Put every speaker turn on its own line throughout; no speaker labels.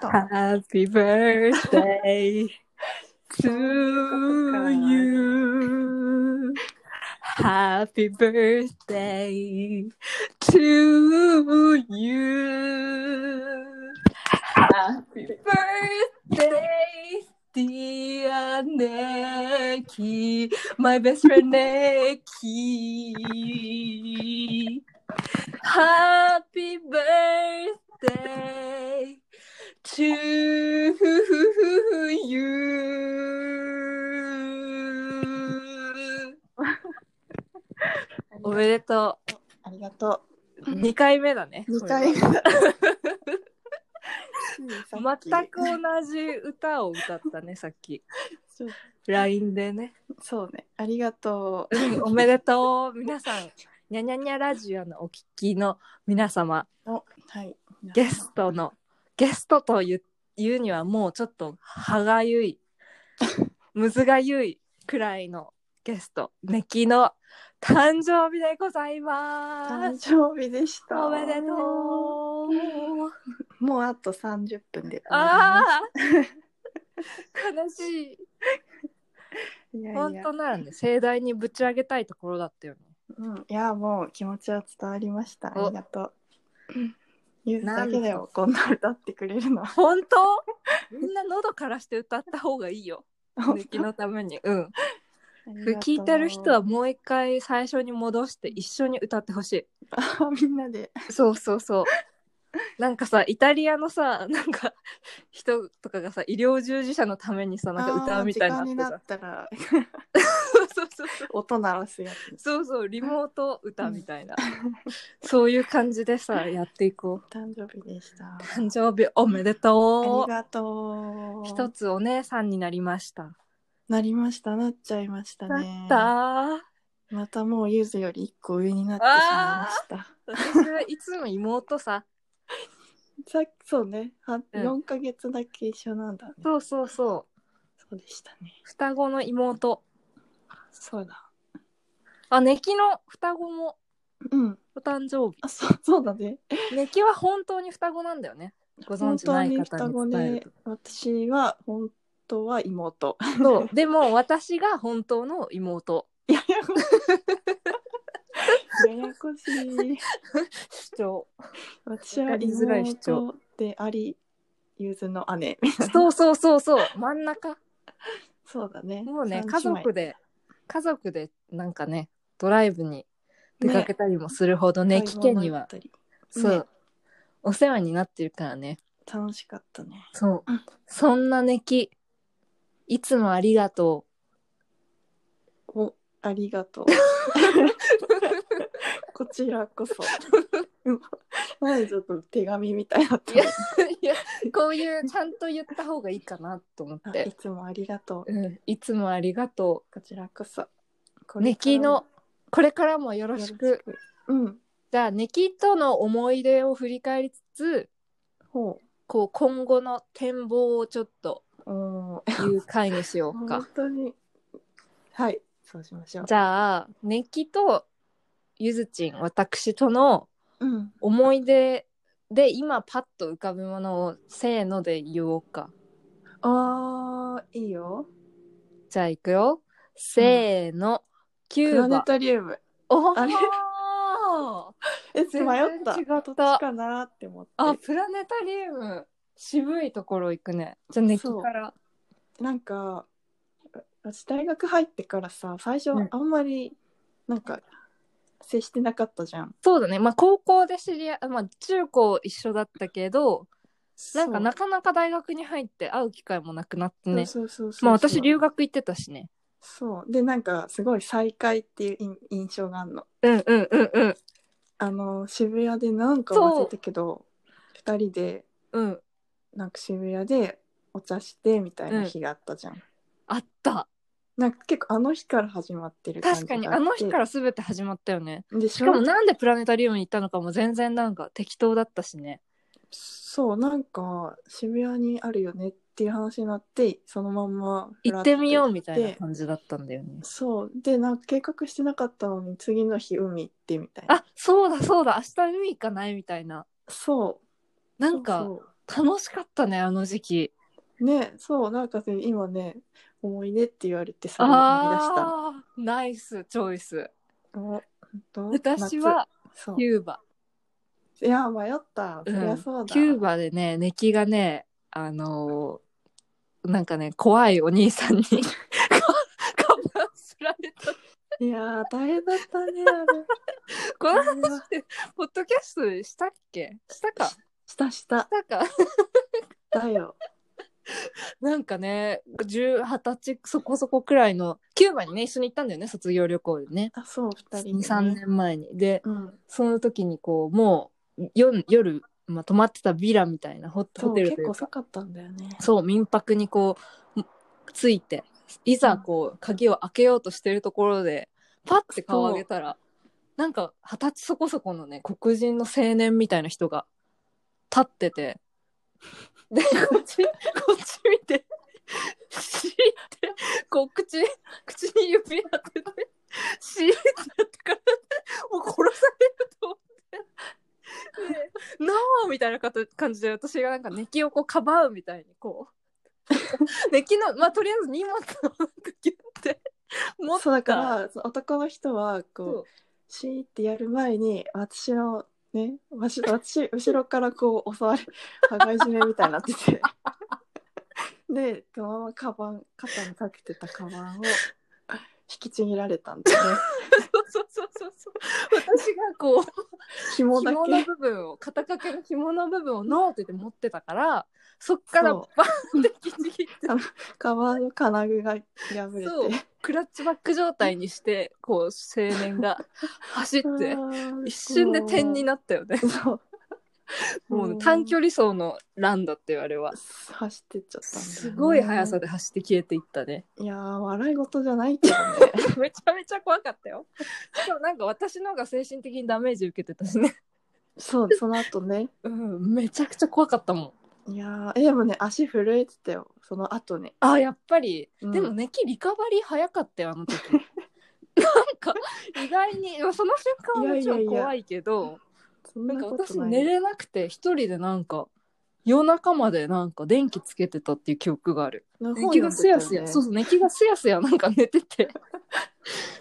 と。
Happy birthday to you. Happy birthday to you. Happy birthday, dear Nikki, my best friend Nikki. Happy birthday to you. おめでと
ありがと
う。2回目だね。
う。2回目。
全く同じ歌を歌ったね、さっき。
そう
LINE でね。
そうね。ありがと
おめでとう。皆さん、にゃにゃにゃラジオのお聞きの皆様、
う。おはい。
ゲストの、ゲストと言う言うにはもうちょっと歯がゆい、むずがゆいくらいのゲスト、ネキの誕生日でございま
誕
す。
生日でした。
おめでとう。
う。もうあと30分で。
ああ悲しい。
いやい
本
や
当。ならね盛大にぶち上げたいところだったよね
うん、いやもう気持ちは伝わりました。あ
お
りがとう。ゆずだけでもこんな歌ってくれるのは。
本当みんな喉からして歌った方がいいよ抜きのためにうん聞いてる人はもう一回最初に戻して一緒に歌ってほし
あみんなで。
いそうそうそうなんかさイタリアのさなんか人とかがさ医療従事者のためにさなんか歌うみたい
あー時間
に
に
な
な
ってさ
ったら
そうそうそうそう
音鳴らすやつ。
そうそうリモート歌みたいなそういう感じでさやっていこう
誕生日でした。あ
誕生日おめでと
り
う
がとう。
一つお姉さんになりました。
なりました。なっちゃいましたね。
だった。
またもうゆずより一個上になってしまいまし
私はいつも妹さ。
た。さっきそうね。は
うん
4ヶ月だけ一緒なんだね。
そうそうそう。
そうでしたね。
双子の妹。
そうだ。
あ、ネキの双子も
うん。
お誕生
あ、そう そうだね。
日。ネキは本当に双子なんだよね。ご存
本
知
当
ない
に
方
双子
に伝え
で
る
私は本当は妹。
と。そう。でも私が本当の妹。
ややこしい。ややこしい。
主張。
私は
わかりづらい主張
妹であり、ゆずの 姉みたいな。
そうそうそうそう。真ん中。
そうだね。
もうね、家
三姉妹
族で、家族でなんかね、ドライブに出かけたりもするほどね、危険には。
買い物行ったり
そう、
ね
お世話になってるからね。
楽しかったね。
そう
うん。
そんなネキ、いつもありがと
お、ありがとう。 こちらこ そ。何ちょっと手紙みた いだった
いやう。いや、こういうちゃんと言った方がいいかなと思っ
あい
て。
つもありがとう。
うん、いつもありがと
こちらこそ。こ
う。
れ
ネキ
か
の
らも、
これからもよろ
よろ
し
し
く。
く。うん。
じゃあ、ネキとの思い出を振り返りつつ、
ほ
こう、今後の展望をちょっと
う。おー
言う回にしよう
本
か。
当に。はい。そうしましょう。
じゃあ、ネキとゆずちん、私との
うん。
思い出で今パッと浮かぶものをせーので言おうか。
あー、いいよ。
じゃあ行くよ。せーの。キ
プ
ュ
ラ
ー
ネ
バ。
タリウム。
お
あれ
お
え、迷
全然
った。
違った
どっちかなって思って。
あ、プラネタリウム。渋いところ行くね。じゃあネキから。
なんか私大学入ってからさ最初
うん
あんまりなんか接してなかったじゃん。
そうだね。まあ高校で知り合い、まあ中高一緒だったけど、なんかな
か
かなか大学に入って会う機会もなくなってね。
そうそうそうそう
まあ私留学行ってたしね。
そうでなんかすごい再会っていう印印象があるの。
うんうんうんうん。
あの渋谷でなんか忘れたけど2人で
うん。
なんか渋谷でお茶してみたいな日があったじゃん。
あった。
なんか結構あの日から始まってる感じ
確
が
か
あって
にあの日から全て始まったよね。
で
し
し
かも
ょ
なんでプラネタリウムに行ったのかも全然なんか適当だったしね。
そうなんか渋谷にあるよねっていう話になってそのまんまふ
行
ら
ってみようみたいな感じだったんだよね。
そうでなんか計画してなかったのに次の日海行ってみたいな
あそうだそうだ明日海行かないみたいな。
そう
なんか
そう
楽しかったね、あの時期。
ねそうなんかね今ね思い出って言われてそれを思い出した
ああー、ナイスチョイス。
おどう
私は
夏そう
キューバ。
いや迷ったそりゃそうだ、
キューバでね、ネキがね、あのーなんかね、怖いお兄さんに か、かばすられた。
いやー大変だったね
こ
あ
の
れ
話、
あれは
ポッドキャストでしたっけしたかし
したした
たか
だよ
なんかね、10、20歳そこそこくらいの、キューバにね、一緒に行ったんだよね、卒業旅行でね。
あそう二人で
2、
ね
3年前に。で、
うん
その時にこう、もう、夜、夜まあ、泊まってたビラみたいなホ
そ
ホ
う
テル
結
という
構
か
遅かったんだよね
そう民泊にこうついていざこう鍵を開けようとしてるところでパッて顔を上げたらなんか二十歳そこそこのね黒人の青年みたいな人が立っててでこっちこっち見て シーってこう口口に指当ててシーってやってからもう殺されると思って。でノーみたいなかた感じで私がなんかネキをこうかばうみたいにこうネキのまあとりあえず荷物をなんかギュッて持った
そうだからそう男の人は
そ
こ
う
うシーってやる前に私のねわし私後ろからこう襲われ羽交い締めみたいになっててでそのままカバン肩にかけてたカバンを引きちぎられたんでね
そうそうそうそう私がこう
紐だ
紐の
け
部分を肩掛けの紐の部分をノーって言って持ってたからそっからバ
そ
ーンってギチギチって
カバンの金具が破れて
そうクラッチバック状態にしてこう青年が走っ
あ
て
ー
一瞬で点になったよね
そう
もうね短距離走のランだってあれは
走ってっちゃったんだよね
すごい速さで走って消えていったね。
いやー笑い事じゃないけどね
めちゃめちゃ怖かったよ。しかもなんか私の方が精神的にダメージ受けてたしね。
そうその後ね
うん、めちゃくちゃ怖かったもん。
いやーえでもね足震えてたよその後ね
あ、やっぱり。
うん
でもね、キリカバリー早かったよ、あの 時。なんか意外に、その瞬間はもちろん怖いけど、
そんな
なん
こ
か
と
私
ない
寝れなくて、一人でなんか、夜中までなんか電気つけてたっていう記憶がある。
なんか
寝気がすやすや、そうそう、寝気がすやすやなんか寝てて、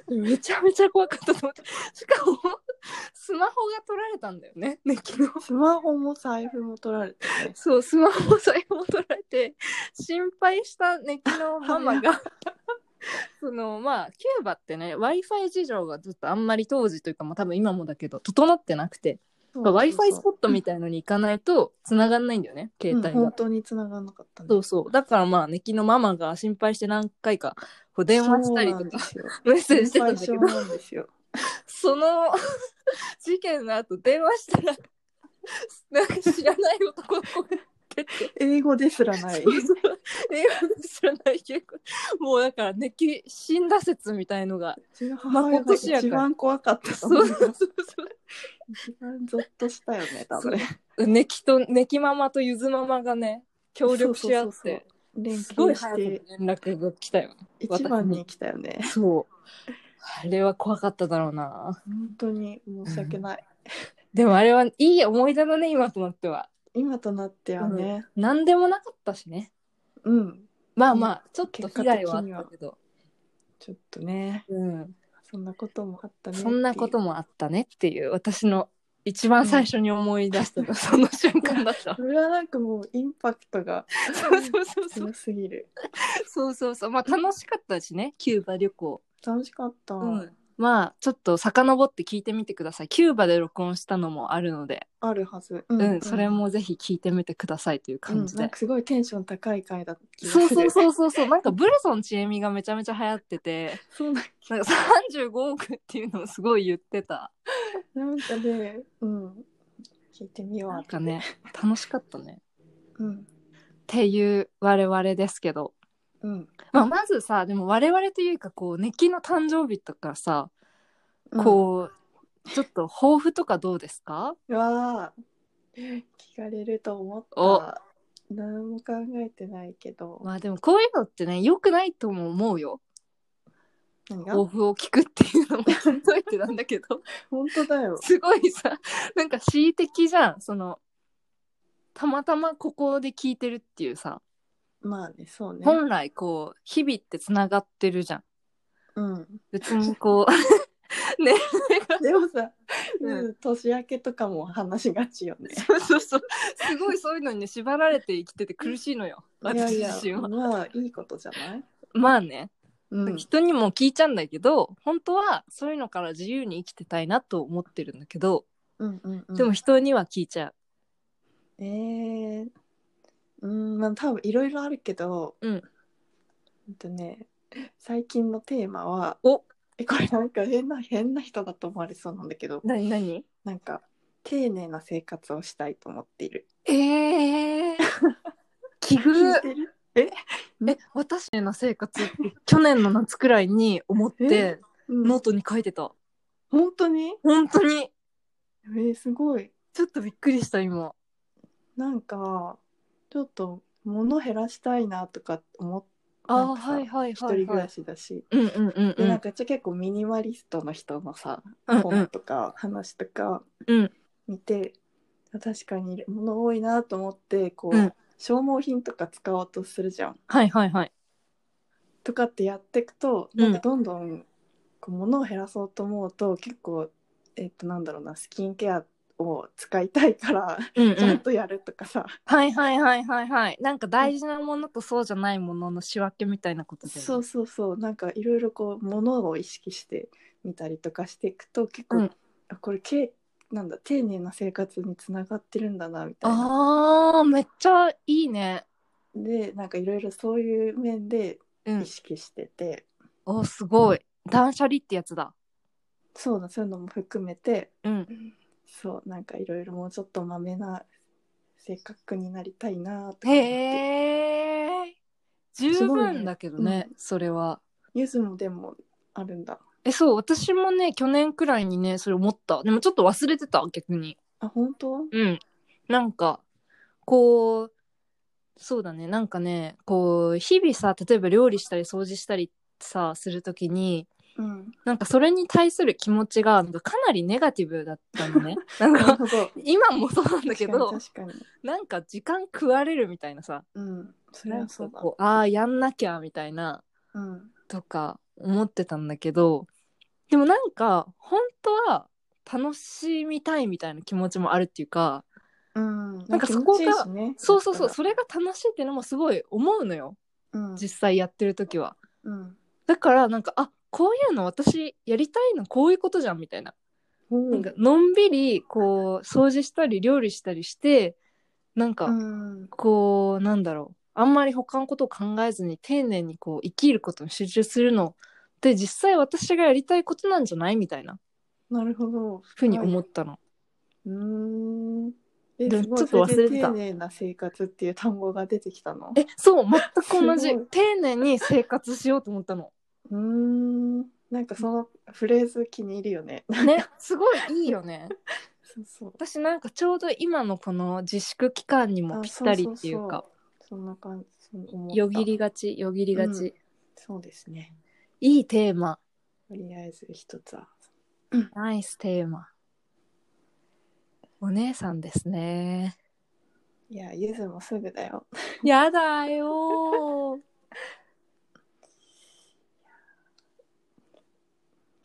めちゃめちゃ怖かったと思って、しかも、スマホが取られたんだよね、寝気の。
スマホも財布も取られてね
そう、スマホ財布も取られて、心配した寝気のママが、その、まあ、キューバってね、Wi-Fi 事情がずっとあんまり当時というか、まあ多分今もだけど、整ってなくて、Wi-Fi スポ
ッ
ットみたいのに行かないと、繋がんないんだよね、携帯が。
本当に繋がんなかったね
そうそう。だからまあ、ネキのママが心配して何回か、こう電話したり
そ
と
うなん
か
で、すよ
メッセージしてたんだけ
心
ど、
配性なんですよ
その 事件の後、電話したら、 なんか知らない男の子が出て、
英語ですらない
そうそう英語で知らない結構、もうだから、ネキ死んだ説みたいのが、
うちの母親が一番怖かったと
そ
思う
うそうそう
一番ゾッとしたよね多分
そう。ネキと、ネキママとゆずママがね、協力し合
そう
っ
そうそう
て、
そう連
すごい
携
早
し
く
て
連絡が来たよね。
一番に来たよね
そう。あれは怖かっただろうな。
本当に申し訳ない、
でもあれはいい思い出だね、今となっては。
今となってはね
何でもなかったしね。
うん、
まあまあ、ちょっと
結果
被
的には
害はあったけど。
ちょっとね
うん。
そんなこともあったね
そんなこともあったねっていう、私の一番最初に思い出したの、その瞬間だった
そ。れはなんかもうインパクトが
そうそうそうそう。
強すぎる
そうそうそう。まあ楽しかったしね、キューバ旅行。
楽しかった、
うんまあ、ちょっと遡って聞いてみてください。キューバで録音したのもあるので、
あるはず、
うん、それもぜひ聞いてみてくださいという感じ
うん、な
で
ん。かすごいテンション高い回だった気がす
そう
る
そうそうそうそうなんかブルソンちえみがめちゃめちゃ流行ってて
そうなんか
なんか35億っていうのをすごい言ってた
なんかねうん聞いてみよう
なんかね楽しかったね
うん
っていう我々ですけど、
うん
まあ、まずさでも我々というかこう熱気の誕生日とかさ
うん
こう、ちょっと抱負とかどうですか
うわー聞かれると思った何も考えてないけど
まあでもこういうのってね良くないとも思うよ
何が
抱負を聞くっていう のも聞いといてなんだけど
本当だよ
すごいさなんか恣意的じゃんそのたまたまここで聞いてるっていうさ、
まあね、そうね。
本来こう日々ってつながってるじゃん
うん。
別にこうね
でもさ、
う
うん、年明けとかも話しがちよね。
そうそうそうすごいそういうのにね縛られて生きてて苦しいのよ
いや
私
いや
自身、は
まあいいことじゃない
まあね、
うん。
人にも聞いちゃうんだけど本当はそういうのから自由に生きてたいなと思ってるんだけど、
うんうんうん、
でも、人には聞いちゃ
えー、うん、まあ多分いろいろあるけど、
うん。
ほんとね、最近のテーマは、
お
え、これなんか変な、変な人だと思われそうなんだけど
う、何何
なんか、丁寧な生活をしたいと思っている。
えー、奇遇
聞いてるえ、
え私の生活って去年の夏くらいに思って
う
ノー
ん、
トに書いてた
本当に
本当に
えー、すごい。
ちょっとびっくりした今
なんかちょっと物減らしたいなとか思って
あ
なん
ー
かさ
はいはい
一
はい
人暮
は
ら
い
しだし、
うんうんうんう
でなん
ん
かちょ結構ミニマリストの人のさ、
うんう
本
ん
とか話とか
うん
見て、確かに物多いなと思ってこう、
うん
消耗品とか使おうとするじゃん
はいはいはい
とかってやっていくと
う
なんんかどんどんこう物を減らそうと思うと結構えっとなんだろうなスキンケアを使いたいから、
うんう
ちゃん
ん
とやるとかさ
はいはいはいはいはいなんか大事なものとそうじゃないものの仕分けみたいなことだよね
そうそうそうなんかいろいろこうものを意識してみたりとかしていくと結構、
うん
あこれけなんだ丁寧な生活につながってるんだなみたいな
あーめっちゃいいね
でなんかいろいろそういう面で
うん
意識してて、
おすごい断捨離ってやつだ
そうだそういうのも含めて
うん
そうなんかいろいろもうちょっとまめな性格になりたいなとか思って
へえ十
すごい
分
ね
だけどねそれは
ゆずもでもあるんだ
えそう私もね去年くらいにねそれ思ったでもちょっと忘れてた逆に
あ本当
うんなんかこうそうだねなんかねこう日々さ例えば料理したり掃除したりさするときに
うん
なんかそれに対する気持ちがなんかかなりネガティブだったのねなん
なる
か
ほど
今もそうなんだけ
確かに
ど
確かに
なんか時間食われるみたいなさ
うんそれ
な
は
んか
そうだ
こうああやんなきゃみたいな
うん
とか思ってたんだけどでもなんか本当は楽しみたいみたいな気持ちもあるっていうか
うん、
なんかそこが
気持ちいいしね
そうそうそう
だっ
それが楽しいっていうのもすごい思うのよ
たらうん
実際やってる時は
うん
だからなんかあこういうの私やりたいのこういうことじゃんみたいな
うん
なんかのんびりこう掃除したり料理したりしてなん
う
か
ん、
こうなんだろうあんまり他のことを考えずに丁寧にこう生きることに集中するのって実際私がやりたいことなんじゃないみたいな
なるほど。
ふうに思
っ
ったの。
うーん。え、
でも
すごい
ちょっと忘れてた
そで丁寧な生活っていう単語が出てきたの。
え、そう、全く同
す
じ
ごい。
丁寧に生活しようと思ったの。
うーん。なんかそのフレーズ気に入るよね。
ね、 すごいいいよね。
そうそう。
私なんかちょうど今のこの自粛期間にも
あ
ぴったりっていうか、。
そうそうそうそんな感じ。そう思った
よぎ。りがち、よぎりがち。
うんそうですね。
いいテーマ。
とりあえず一つは。
ナイステーマ。お姉さんですね。
いや、ゆずもすぐだよ。
やだよー。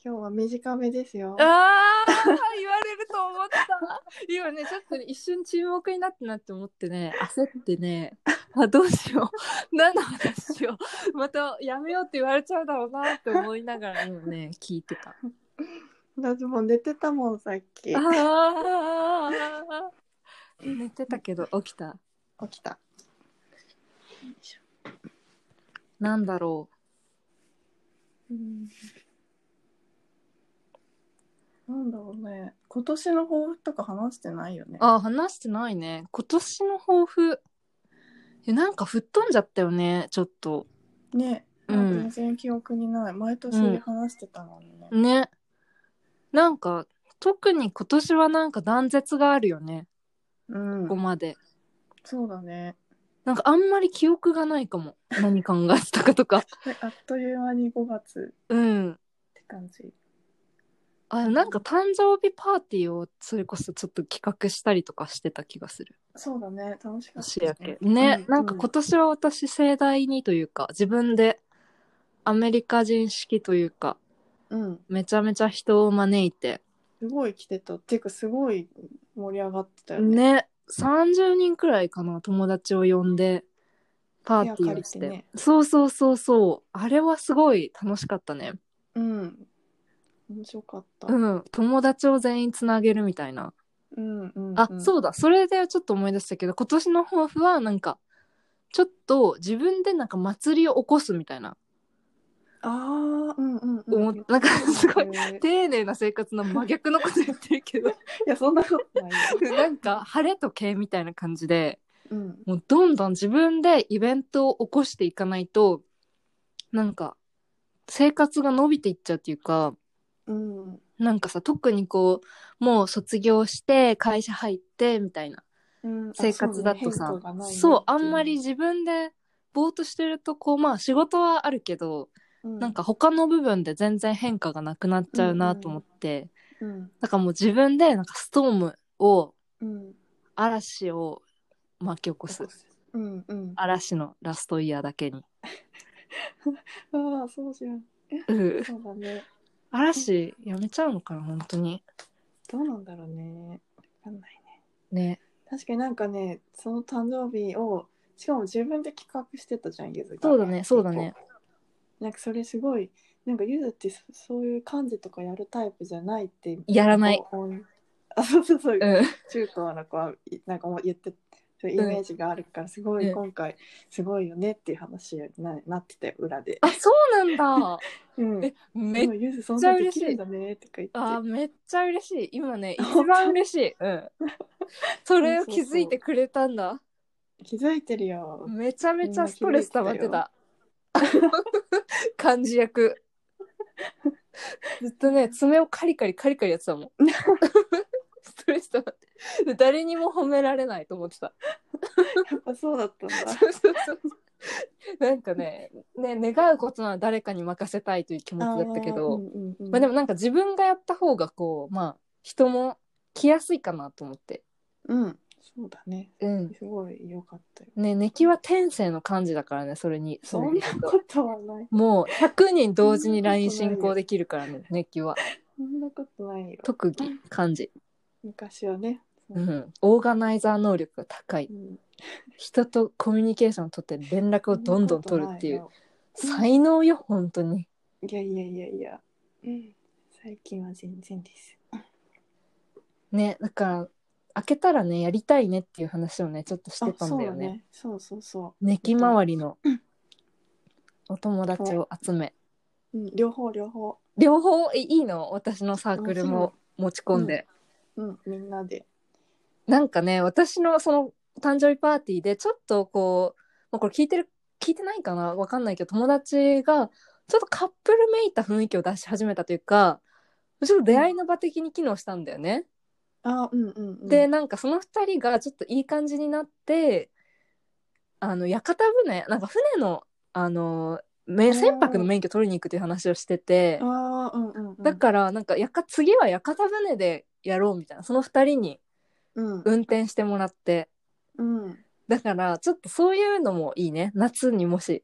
今日は短めですよ。
ああ言われると思った 今ねちょっとね一瞬沈黙になってなって思ってね焦ってねあどうしよう何の話しようまたやめようって言われちゃうだろうなって思いながら今ね聞いてた
私もう寝てたもん、さっき。
ああ 寝てたけど起きた
起きた。
なんだろ
うんなんだろうね今年の抱負とか話してないよね
うあ話してないね今年の抱負えなんか吹っ飛んじゃったよねちょっと
ね
うん
全然記憶にない、毎
うん
年話してたのにね、
ねなんか特に今年はなんか断絶があるよね
うん
ここまで
そうだね
なんかあんまり記憶がないかも何考えてたかとか
であっという間に5月
うん
って感じ
あなんか誕生日パーティーをそれこそちょっと企画したりとかしてた気がする
そうだね、楽しかった
年
で
明
すね
け。ね、
う
なんか今年は私盛大にというか自分でアメリカ人式というか
うんうん、
めちゃめちゃ人を招いて
すごい来てた。っていうか、すごい盛り上がってたよね。
ね30人くらいかな友達を呼んでパーティーをして
部屋借りてね
そうそうそうそうあれはすごい楽しかったね
うん。面白かった。
うん友達を全員つなげるみたいな
うん、うん、
あ、
う
そうだ。それでちょっと思い出したけど、今年の抱負はなんか、ちょっと自分でなんか祭りを起こすみたいな。
ん。ああ、うん、うん、
思
う
っ
ん。
なんかすごい
いや、
丁寧な生活の真逆のこと言ってるけ ど、
そんなことないよ。
なんか晴れと景みたいな感じで、
うん。
もうどんどん自分でイベントを起こしていかないと、なんか生活が伸びていっちゃうっていうか、
うん。
なんかさ、特にこう、もう卒業して会社入ってみたいな。
うん、あ
生活だとさ
そうね変化がないね
そうあんまり、自分でぼーっとしてるとこうまあ仕事はあるけど、
うん
なんか、他の部分で全然変化がなくなっちゃうなと思って、
うん、
なんかもう自分でなんかストームを
うん、
嵐を巻き起こす
うん、うん。あ
嵐のラストイヤーだけに、
あ、そうじゃん。
うん、
そうだね。
嵐やめちゃうのかな本当に
どうなんだろうね。わかんないね。
ね
確かになんかね、その誕生日を、しかも自分で企画してたじゃん、ゆずが。
そうだねそうだね
なんかそれすごいなんかゆずってそそういう感じとかやるタイプじゃないって
やらない
おおあそうそうそう、
うん
中高の子はいなんかもう言ってそういうイメージがあるからすごい、
うん
今回すごいよねっていう話にななってて裏で、
あそうなんだ
うん、
えめ
で
っ
もゆずそんなできるんだねとか言
あー
って
めっちゃ嬉しい今ね
本当
一番嬉しい、うん、 それを気づいてくれたんだ
気づいてるよ、
めちゃめちゃストレス溜まってた。 漢字役。ずっとね、爪をカリカリカリカリやってた もん。ストレス溜まって。で誰にも褒められないと思ってた。
やっぱそうだったんだ
そうそうそう なんかねね、願うことなら誰かに任せたいという気持ちだったけど、
あーうんうんうん
まあでもなんか自分がやった方がこう、まあ人も来やすいかなと思って。
うんそうだね
うん。
すごい良かったよ
ね、ネキは天性の漢字だからね、それに。
そんなことはない
もう100人同時に LINE 進行できるからね、熱気は。
そんなことないよ
特技、漢字。。
昔はねそううん
オーガナイザー能力が高い。
うん
人とコミュニケーションを取って連絡をどんどん取るっていう。。才能よ、本当に。
いやいやいやいや。うん、最近は全然です。
ね、だから、開けたらね、やりたいねっていう話をね、ちょっとしてたんだよね。。
そうそうそ
熱気周りのお友達を集め。
う。うん、両方両方。
両方えいいの私のサークルも持ち込んで。
うん、みんなで。
なんかね、私のその誕生日パーティーで、ちょっとこう、まあ、これ聞いてる、聞いてないかなわかんないけど、友達が、ちょっとカップルめいた雰囲気を出し始めたというか、ちょっと出会いの場的に機能したんだよね。
あ、うんうん、うん。
で、、なんかその二人がちょっといい感じになって、あの、屋形船、なんか船の、あの、め船舶の免許取りに行くという話をしてて、
あー、うんうん、うん。
だからなんかやか、次は屋形船でやろうみたいな、その二人に
うん、
運転してもらって、
うん。
だからちょっとそういうのもいいね夏にもし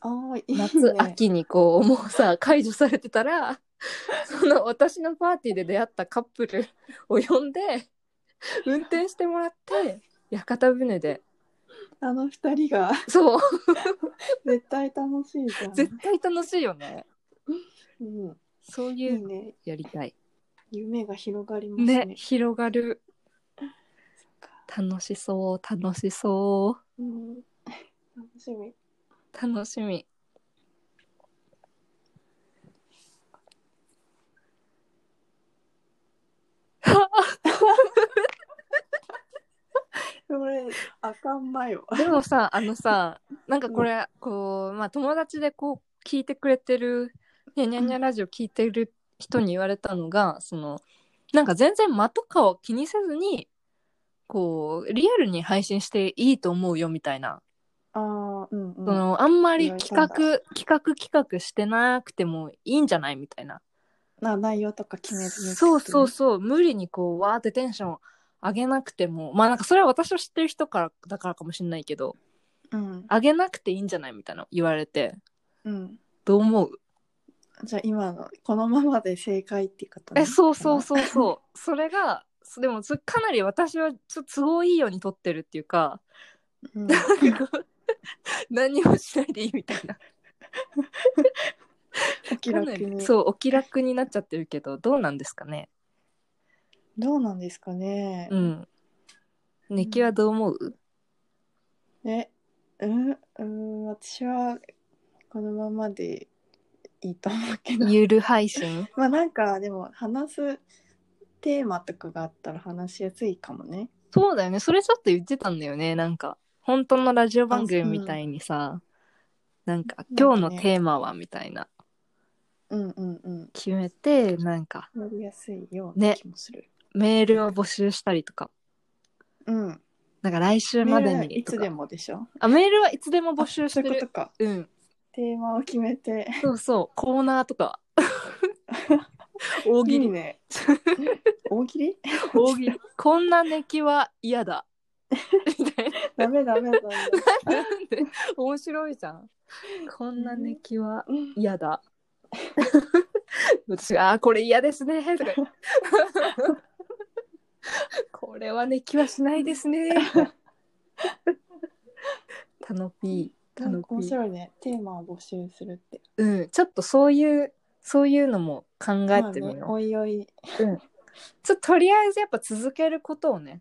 ああ、いいね。
夏秋にこうもうさ解除されてた らその私のパーティーで出会ったカップルを呼んで運転してもらって屋形船で
あの二人が
そう
絶対楽しいじゃん。
絶対楽しいよね
うん、
そう
い
い
いう
の
ね。
やりたい
夢が広がりますね。
ね広がる
そっか
楽しそう楽しそ
うん、楽しみ。
う楽しみ
これ、あかんまよ。
でもさ、あのさ、なんかこれ、こう、まあ友達でこう、聞いてくれてる、にゃにゃにゃラジオ聞いてる人に言われたのが、その、なんか全然間とかを気にせずに、こう、リアルに配信していいと思うよみたいな。
ああ、うん、うん。
その、あんまり
言われ
企
たんだ
画、企画企画してなくてもいいんじゃないみたいな。
な内容とか決めずに
そうそうそう無理にこうわーってテンション上げなくてもまあなんかそれは私を知ってる人からだからかもしれないけど
う、うん
上げなくていいんじゃないみたいなの言われて
うん、
どう思う
じゃあ今のこのままで正解っていうことね
えそうそうそうそうそれがそでもそかなり私はちょっと都合いいように取ってるっていうか
う、うん、
何もしないでいいみたいな
お気楽
かなり
に
そうお気楽になっちゃってるけどどうなんですかね
どうなんですかね、
うんネキはどう思う、
ねうん、うん、私はこのままでいいと思う けど
ゆる配信
まあなんかでも話すテーマとかがあったら話しやすいかもね
そうだよねそれちょっと言ってたんだよねなんか本当のラジオ番組みたいにさ、なんか今日のテーマはみたいな
うんうんうん
決めてなんか
やりやすいような
ね
気もする、
メールを募集したりとか
うん
なんか来週
メ
ま
ー
で
ルは
に
い
と
つ
か
でもでしょ
あメールはいつでも募集して
そうい
る
うことか
うん
テーマを決めて
そうそうコーナーとか大喜
いい
利
ね 大喜利
大喜利こんな寝気は嫌 だみたいな
ダメダメダメ
なんで面白いじゃんこんな寝気は嫌だ私が「あーこれ嫌ですね」とか言って「これは寝気はしないですね」たのぴーた
な
の
んか
ぴ
面
ー
白いねテーマを募集するって
うんちょっとそういうそういうのも考えてみよう、
まあねおいおい
ちょっととりあえずやっぱ続けることをね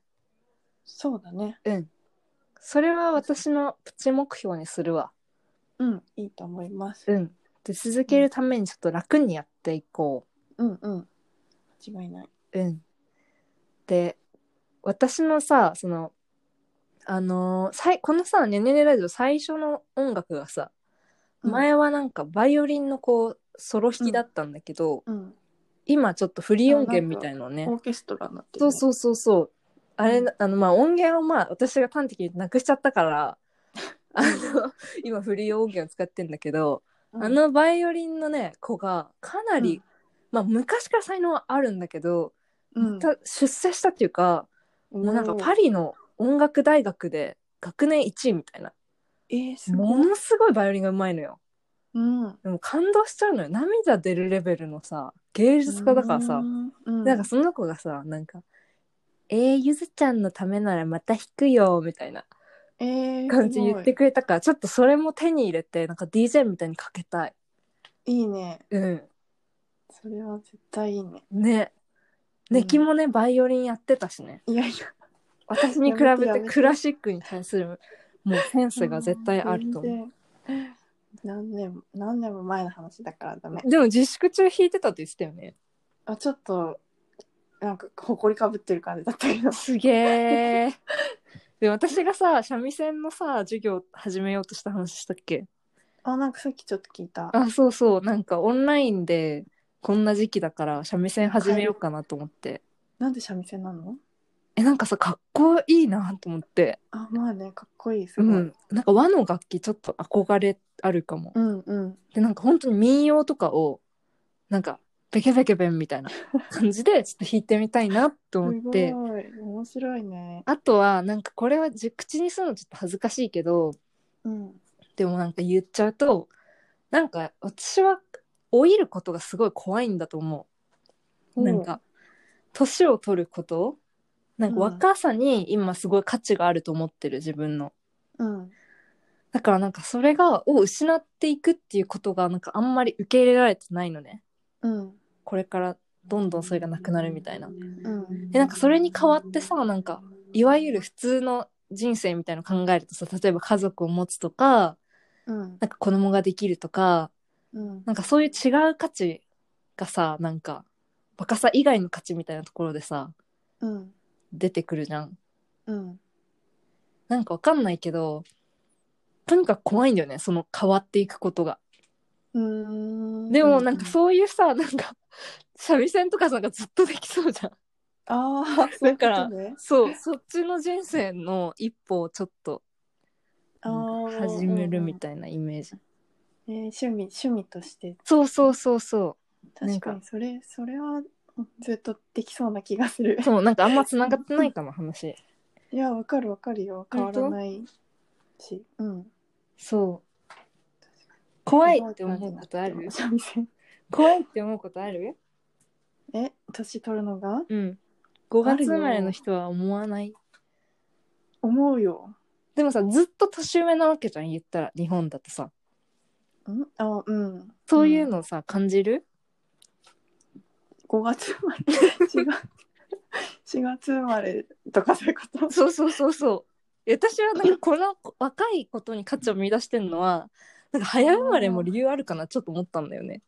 そうだね
それは私のプチ目標にするわ
うんいいと思います、
うんで続けるためにちょっと楽にやっていこ
うんうん間違いないう
うんで私のさそのあのーさいこのさ「ねねねラジオ」最初の音楽がさ前はなんかバイオリンのこうソロ弾きだったんだけど、
うん
今ちょっとフリー音源みたいのをね
オーケストラになって
そう
う
そうそうそう。あれ、
うん
あの、まあ、音源をまあ、私が端的になくしちゃったから、あの、今フリー音源を使ってんだけど、あのバイオリンのね、子がかなり、
うん
まあ、昔から才能はあるんだけど、
うん
た出世したっていうか、もうなんかパリの音楽大学で学年1位みたいな。
えー、す
も
ごい
のすごいバイオリンがうまいのよ。
うん
でも感動しちゃうのよ。涙出るレベルのさ、芸術家だからさ、
うん
なんかその子がさなんか「えー、ゆずちゃんのためならまた弾くよ」みたいな
えー、
感じ言って
す
くれたからちょっとそれも手に入れてなんか DJ みたいにかけたい。
ごいいいね
うん、
それは絶対いいね
ね。
うん
ネキもねバイオリンやってたしね
い やいや
私に比
や
べ
めてや
て
めて
クラシックに対するもうセンスが絶対あると思う。
う全然何年も何年も前の話だからダメ
でも自粛中弾いてたって言ってたよね。
あちょっとなんか埃かぶってる感じだったけど
すげえ。で私がさ三味線のさ授業始めようとした話したっけ
あなんかさっきちょっと聞いた
あ、そうそう。なんかオンラインでこんな時期だから三味線始めようかなと思って。
なんで三味線なの
え、なんかさ、かっこいいなと思って。
あまあねかっこいいす
う
ごい、
ん。なんか和の楽器ちょっと憧れあるかも
う。んうん
で、なんか本当に民謡とかを、なんか、ペケペケペンみたいな 感じでちょっと弾いてみたいなと
す
思っ
ごい
て。
面白いね
あとは、なんかこれはじ口にするのちょっと恥ずかしいけど、
うん
でもなんか言っちゃうと、なんか私は老いることがすごい怖いんだと思う。なんか年を取ることなんか
うん
若さに今すごい価値があると思ってる自分の
うん
だからなんかそれがを失っていくっていうことがなんかあんまり受け入れられてないのね
うん
これからどんどんそれがなくなるみたいな
うん
でなんかそれに代わってさなんかいわゆる普通の人生みたいなの考えるとさ例えば家族を持つとか
うん
なんか子供ができるとか
うん
なんかそういう違う価値がさなんか若さ以外の価値みたいなところでさ
うん
出てくるじゃん
うん
なんかわかんないけど、とにかく怖いんだよね、その変わっていくことが。
うーん
でもなんかそういうさ、なんか、三味線とかさなんかずっとできそうじゃん。
ああそうい
だ
うこ
から
とね
そう、そっちの人生の一歩をちょっと
あー
始めるみたいなイメージ。
うんうんえー趣味趣味として
そうそうそうそう。なん
確
か
かにそれそれはずっとできそうな気がする
そうなんかあんまつながってないかも話
いやわかるわかるよ変わ
本当
らないしうん
そう怖いって思うことある
三味線
怖いって思うことある
え年取るのが
うん5
ある
月
よ
生まれの人は思わない
思うよ
でもさずっと年上なわけじゃん言ったら日本だとさ
んあうん
そういうのさ、感じる
5月生まれ4月4月生まれとかそういうこと
そうそうそうそう私はなんかこの若いことに価値を見出してるのはなんか早生まれも理由あるかなちょっと思ったんだよね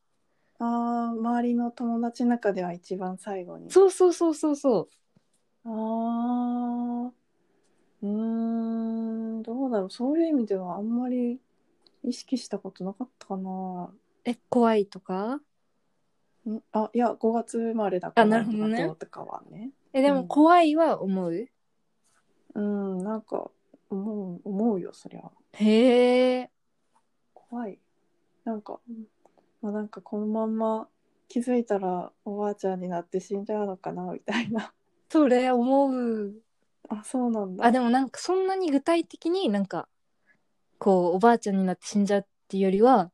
ああ周りの友達の中では一番最後に
そうそうそうそうそう
あーうーんどうだろうそういう意味ではあんまり意識したことなかったかな
え怖いとか
んあいや5月生まれだから
あなるほどね
どうとかはね
えで
う
も
ん
怖いは思う、
うんなんか思う思うよそりゃ
へえ
怖いなんか、まあ、なんかこのまんま気づいたらおばあちゃんになって死んじゃうのかなみたいな
それ思う
あそうなんだ
あでもなんかそんなに具体的になんかこうおばあちゃんになって死んじゃうっていうよりは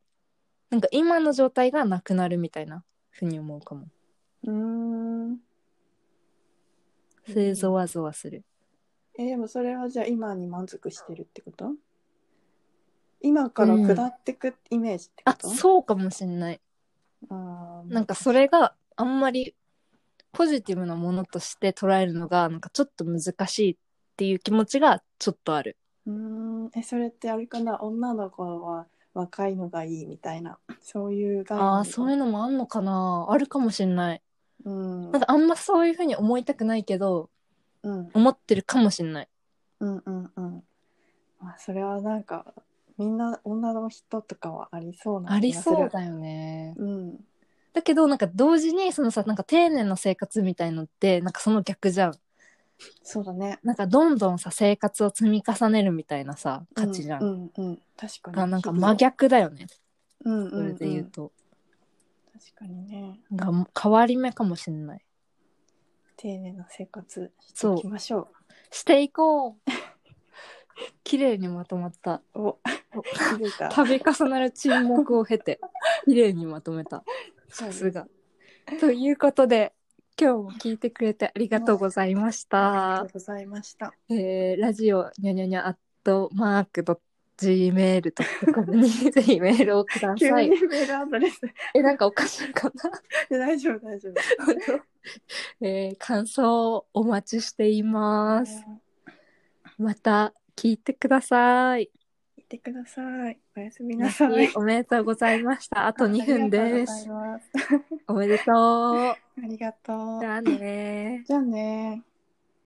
なんか今の状態がなくなるみたいなふうに思うかも
うーん
それゾワゾワする
えでもそれはじゃあ今に満足してるってこと今から下ってくイメージってこ
あ
と、
そうかもしんない
あー
なんかそれがあんまりポジティブなものとして捉えるのがなんかちょっと難しいっていう気持ちがちょっとある
うーんえそれってあれかな女の子は若いのがいいみたいなそういう概念
ああそういうのもあんのかなあるかもしんない
うん
なんかあんまそういうふうに思いたくないけど
うん
思ってるかもしんない
うんうんうんまあそれはなんかみんな女の人とかはありそうな
あり
気がする
そうだよね
うん
だけどなんか同時にそのさなんか丁寧な生活みたいのってなんかその逆じゃん
そうだね
なんかどんどんさ生活を積み重ねるみたいなさ価値じゃん、
うんうん、うん、確かに
がなんか真逆だよね
うんうん、
それで言うと、
うん確かにね
がも変わり目かもしんない
丁寧な生活して
そう
いきましょう
していこう 綺麗にまとまった
お、気づ いた。
度重なる沈黙を経て 綺麗にまとめたさすがということで今日も聞いてくれてありがとうございました
ありがとう、ございました。
えーラジオにゃにゃにゃアットマークド gmail.com に ぜひメールをくだ
急
さ
に
い
メールアドレス。
えなんかおかしいかな
で大丈夫、大丈夫。
えー感想をお待ちしていますまた聞いてください
見てください。おやすみな
な
さい。
おめでとうございました。あと2分です。
あ
おめでとう。
りがとうございます。ありがと
じ
う。
ゃあね
じゃあね。